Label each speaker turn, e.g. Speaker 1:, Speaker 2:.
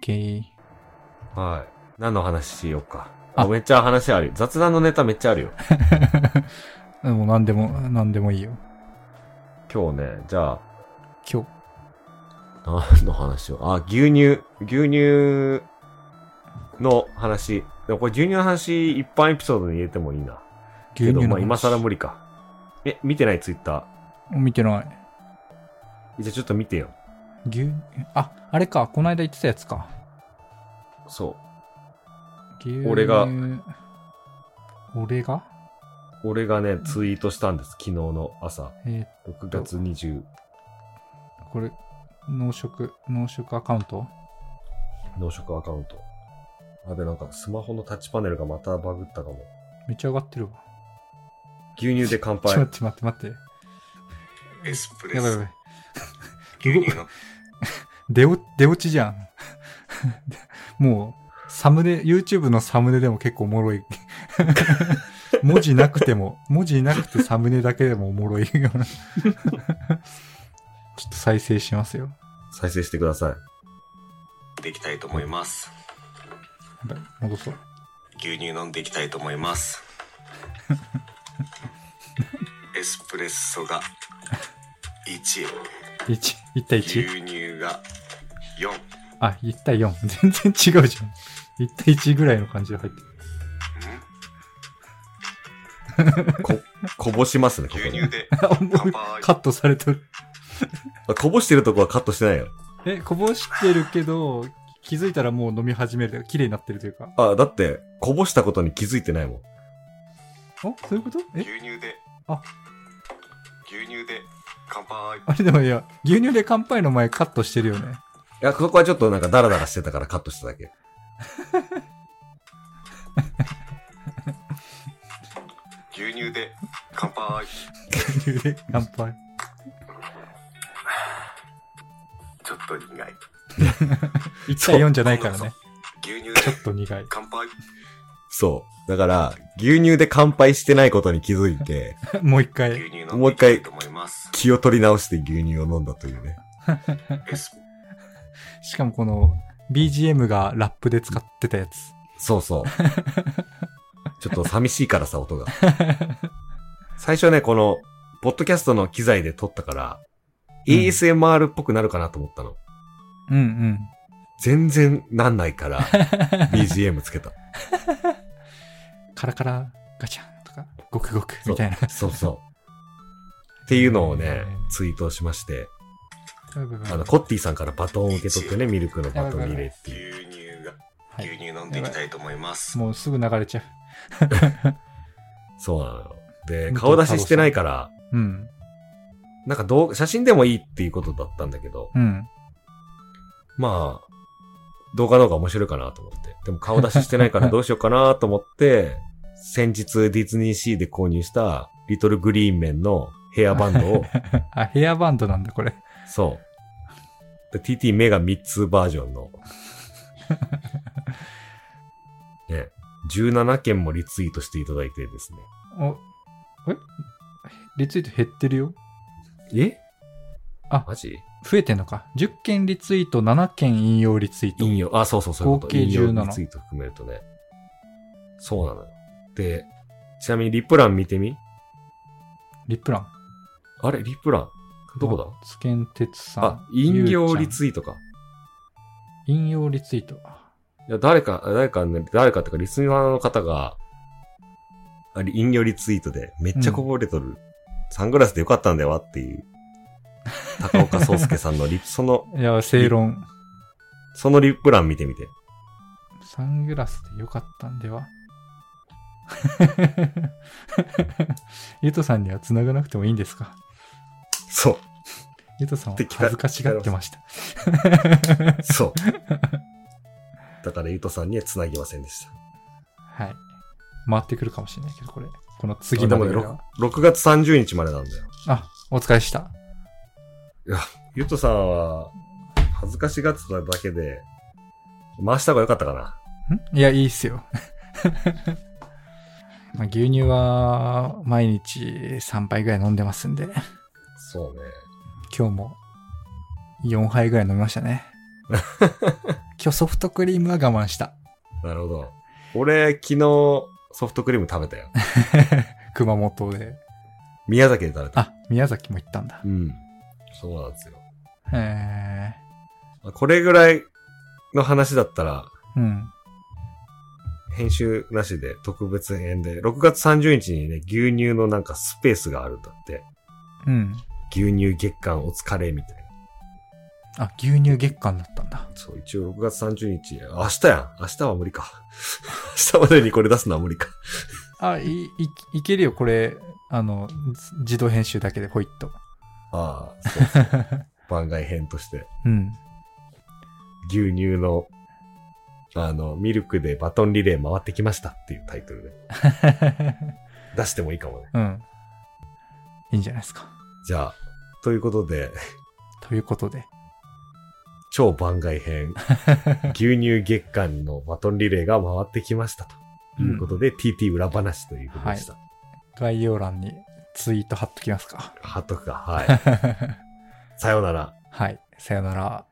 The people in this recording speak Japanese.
Speaker 1: OK。
Speaker 2: はい。何の話しようか。
Speaker 1: あ
Speaker 2: あ、めっちゃ話あるよ。雑談のネタめっちゃあるよ。
Speaker 1: でも何でも、何でもいいよ。
Speaker 2: 今日ね、じゃあ、
Speaker 1: 今日。
Speaker 2: 何の話を。あ、牛乳、牛乳の話。でもこれ牛乳の話、一般エピソードに入れてもいいな。
Speaker 1: 牛
Speaker 2: け
Speaker 1: 乳
Speaker 2: ど、ま
Speaker 1: の
Speaker 2: あ
Speaker 1: 話
Speaker 2: 今更無理か。え、見てないツイッタ
Speaker 1: 見てない。
Speaker 2: ー。じゃあちょっと見てよ。
Speaker 1: 牛乳、あ、あれか。こないだ言ってたやつか。
Speaker 2: そ
Speaker 1: 牛乳。
Speaker 2: 俺が。
Speaker 1: 俺が
Speaker 2: う。俺がね、ツイートしたんです。昨日の朝。
Speaker 1: え
Speaker 2: 6月20
Speaker 1: ーこれ、農食、農食アカウント
Speaker 2: 農食アカウント。あ、で、なんかスマホのタッチパネルがまたバグったかも。
Speaker 1: めっちゃ上がってるわ。
Speaker 2: 牛乳で乾
Speaker 1: ちょ
Speaker 2: 杯
Speaker 1: っ。と待って待って待っ
Speaker 3: エスプ
Speaker 1: て。
Speaker 3: レ
Speaker 1: やばいや
Speaker 3: ッ
Speaker 1: ば
Speaker 3: ソ
Speaker 1: い。
Speaker 3: 牛乳の
Speaker 1: 出お出落ちじゃん。 もう、サムネ、YouTube のサムネでも結構おもろい。 文字なくても、文字なくてサムネだけでもおもろい ような。ちょっと再生しますよ。
Speaker 2: 再生してください。
Speaker 3: でいきたいと思います
Speaker 1: やばい戻そう。
Speaker 3: 牛乳飲んでいきたいと思います エスプレッソが1
Speaker 1: 1、1対 1?
Speaker 3: 牛乳が4
Speaker 1: あ、1対4。全然違うじゃん。1対1ぐらいの感じで入ってる。
Speaker 2: こ、 こぼしますね、ここ
Speaker 3: 牛
Speaker 2: で
Speaker 3: 乳。で
Speaker 1: あも
Speaker 3: 乾
Speaker 1: う
Speaker 3: 杯
Speaker 1: カットされてる。
Speaker 2: あこぼしてるとこはカットしてないよ。
Speaker 1: え、こぼしてるけど、気づいたらもう飲み始める。綺麗になってるというか。
Speaker 2: あ、だって、こぼしたことに気づいてないもん。
Speaker 1: おそういうことえ
Speaker 3: 牛乳で
Speaker 1: あ
Speaker 3: 牛乳で乾杯
Speaker 1: あれでもいや、牛乳で乾杯の前カットしてるよね。
Speaker 2: いや、そこはちょっとなんかダラダラしてたからカットしただけ。
Speaker 3: 牛乳で乾杯
Speaker 1: 牛乳で乾杯。
Speaker 3: ちょっと苦い
Speaker 1: 1対4じゃないから
Speaker 3: そう
Speaker 1: ね。
Speaker 3: 牛乳
Speaker 1: ちょ
Speaker 3: で
Speaker 1: っと苦い。
Speaker 3: 乾杯
Speaker 2: そう。だから、牛乳で乾杯してないことに気づいて、
Speaker 1: もう一回。
Speaker 3: 牛乳飲んでいきたいと思います
Speaker 2: 気を取り直して牛乳を飲んだというね。
Speaker 3: エス
Speaker 1: しかもこの BGM がラップで使ってたやつ。
Speaker 2: そう そう。ちょっと寂しいからさ、音が。最初ね、この、ポッドキャストの機材で撮ったから、
Speaker 1: うん
Speaker 2: ASMR っぽくなるかなと思ったの。
Speaker 1: うんうん。
Speaker 2: 全然なんない から、BGM つけた。
Speaker 1: カラカラガチャンとか、ゴクゴク
Speaker 2: そう
Speaker 1: みたいな。
Speaker 2: そうそう。っていうのをね、ツイートしまして、
Speaker 1: やばいやばい
Speaker 2: あの、コッティさんからバトンを受け取ってね、ミルクのバトンに入れっていう。
Speaker 3: 牛乳が
Speaker 1: は
Speaker 3: 牛
Speaker 1: い
Speaker 3: 乳飲んでいきたいと思います
Speaker 1: もうすぐ流れちゃ
Speaker 2: そうなのよ。で、
Speaker 1: 本当
Speaker 2: 顔出ししてないから、
Speaker 1: う。うん。
Speaker 2: なんか動画、写真でもいいっていうことだったんだけど、
Speaker 1: うん。
Speaker 2: まあ、動画の方が面白いかなと思って。でも顔出ししてない からどうしようかなと思って、先日ディズニーシーで購入した、リトルグリーンメンのヘアバンドを、
Speaker 1: あ、ヘアバンドなんだ、これ。
Speaker 2: そう。で TT 目が3つバージ ョンの。ね、17件もリツイートしていただいてですね。
Speaker 1: お、えリツイート減ってるよ。
Speaker 2: え
Speaker 1: あ
Speaker 2: マジ
Speaker 1: 増えてんのか。10件リツイート、7件引用リツイート。
Speaker 2: 引用、あ、そうそうそういうこと。
Speaker 1: 合計
Speaker 2: 引用
Speaker 1: 17
Speaker 2: リツイート含めるとね。そうなのよ。で、ちなみにリプラン見てみ
Speaker 1: リプラン。
Speaker 2: あれリプランどこだ
Speaker 1: マツケンテツさん。
Speaker 2: あ、引用リ
Speaker 1: イー
Speaker 2: ツイートか。
Speaker 1: ト。引用リツイート。
Speaker 2: いや、誰か、誰かね、誰かっていうか、リスナーの方が、あれ、引用リツイートで、めっちゃこぼれとる。サングラスでよかったんだよわっていう。高岡壮介さんのリプ、その、
Speaker 1: いや、正論。
Speaker 2: そのリップ欄見てみて。
Speaker 1: サングラスでよかったんでは ゆとさんには繋がなくてもいいんですか
Speaker 2: そ
Speaker 1: ゆとさんは
Speaker 2: って聞か
Speaker 1: 恥ずかしがってました。
Speaker 2: う、そう。だから、ゆとさんには繋ぎませんでした。
Speaker 1: はい。回ってくるかもしれないけど、これ。この次
Speaker 2: あで
Speaker 1: の
Speaker 2: も
Speaker 1: レ
Speaker 2: ね、
Speaker 1: ベルは
Speaker 2: ろく6月30日までなんだよ。
Speaker 1: あ、お疲れした。
Speaker 2: ゆとさんは、恥ずかしがってただけで、回した方がよかったかな。
Speaker 1: んいや、いいっすよ。 まあ、牛乳は毎日3杯ぐらい飲んでますんで、
Speaker 2: そうね。
Speaker 1: 今日も4杯ぐらい飲みましたね。今日ソフトクリームは我慢した。
Speaker 2: なるほど。俺、昨日、ソフトクリーム食べたよ。
Speaker 1: 熊本で。
Speaker 2: 宮崎で食べた。
Speaker 1: あ、宮崎も行ったんだ
Speaker 2: う。ん。そうなんですよ。
Speaker 1: へえ。
Speaker 2: これぐらいの話だったら、
Speaker 1: うん。
Speaker 2: 編集なしで特別編で、6月30日にね、牛乳のなんかスペースがあるんだって。
Speaker 1: うん。
Speaker 2: 牛乳月間お疲れみたいな。
Speaker 1: あ、牛乳月間だったんだ。
Speaker 2: そう、一応6月30日、明日やん。明日は無理か。 明日までにこれ出すのは無理か。
Speaker 1: あ、い、い、いけるよ、これ。あの、ず自動編集だけで、ほいっと。
Speaker 2: ああ、そうそう。番外編として。
Speaker 1: うん。
Speaker 2: 牛乳の、あの、ミルクでバトンリレー回ってきましたっていうタイトルで。出してもいいかもね。
Speaker 1: うん。いいんじゃないですか。
Speaker 2: じゃあ、ということで、
Speaker 1: ということで。
Speaker 2: 超番外 編、牛乳月間のバトンリレーが回ってきましたと。いうことで、TT 裏話ということでした。
Speaker 1: 概要欄にツイート貼っときますか。
Speaker 2: 貼っとくか。はい。さようなら。
Speaker 1: はい。さよなら。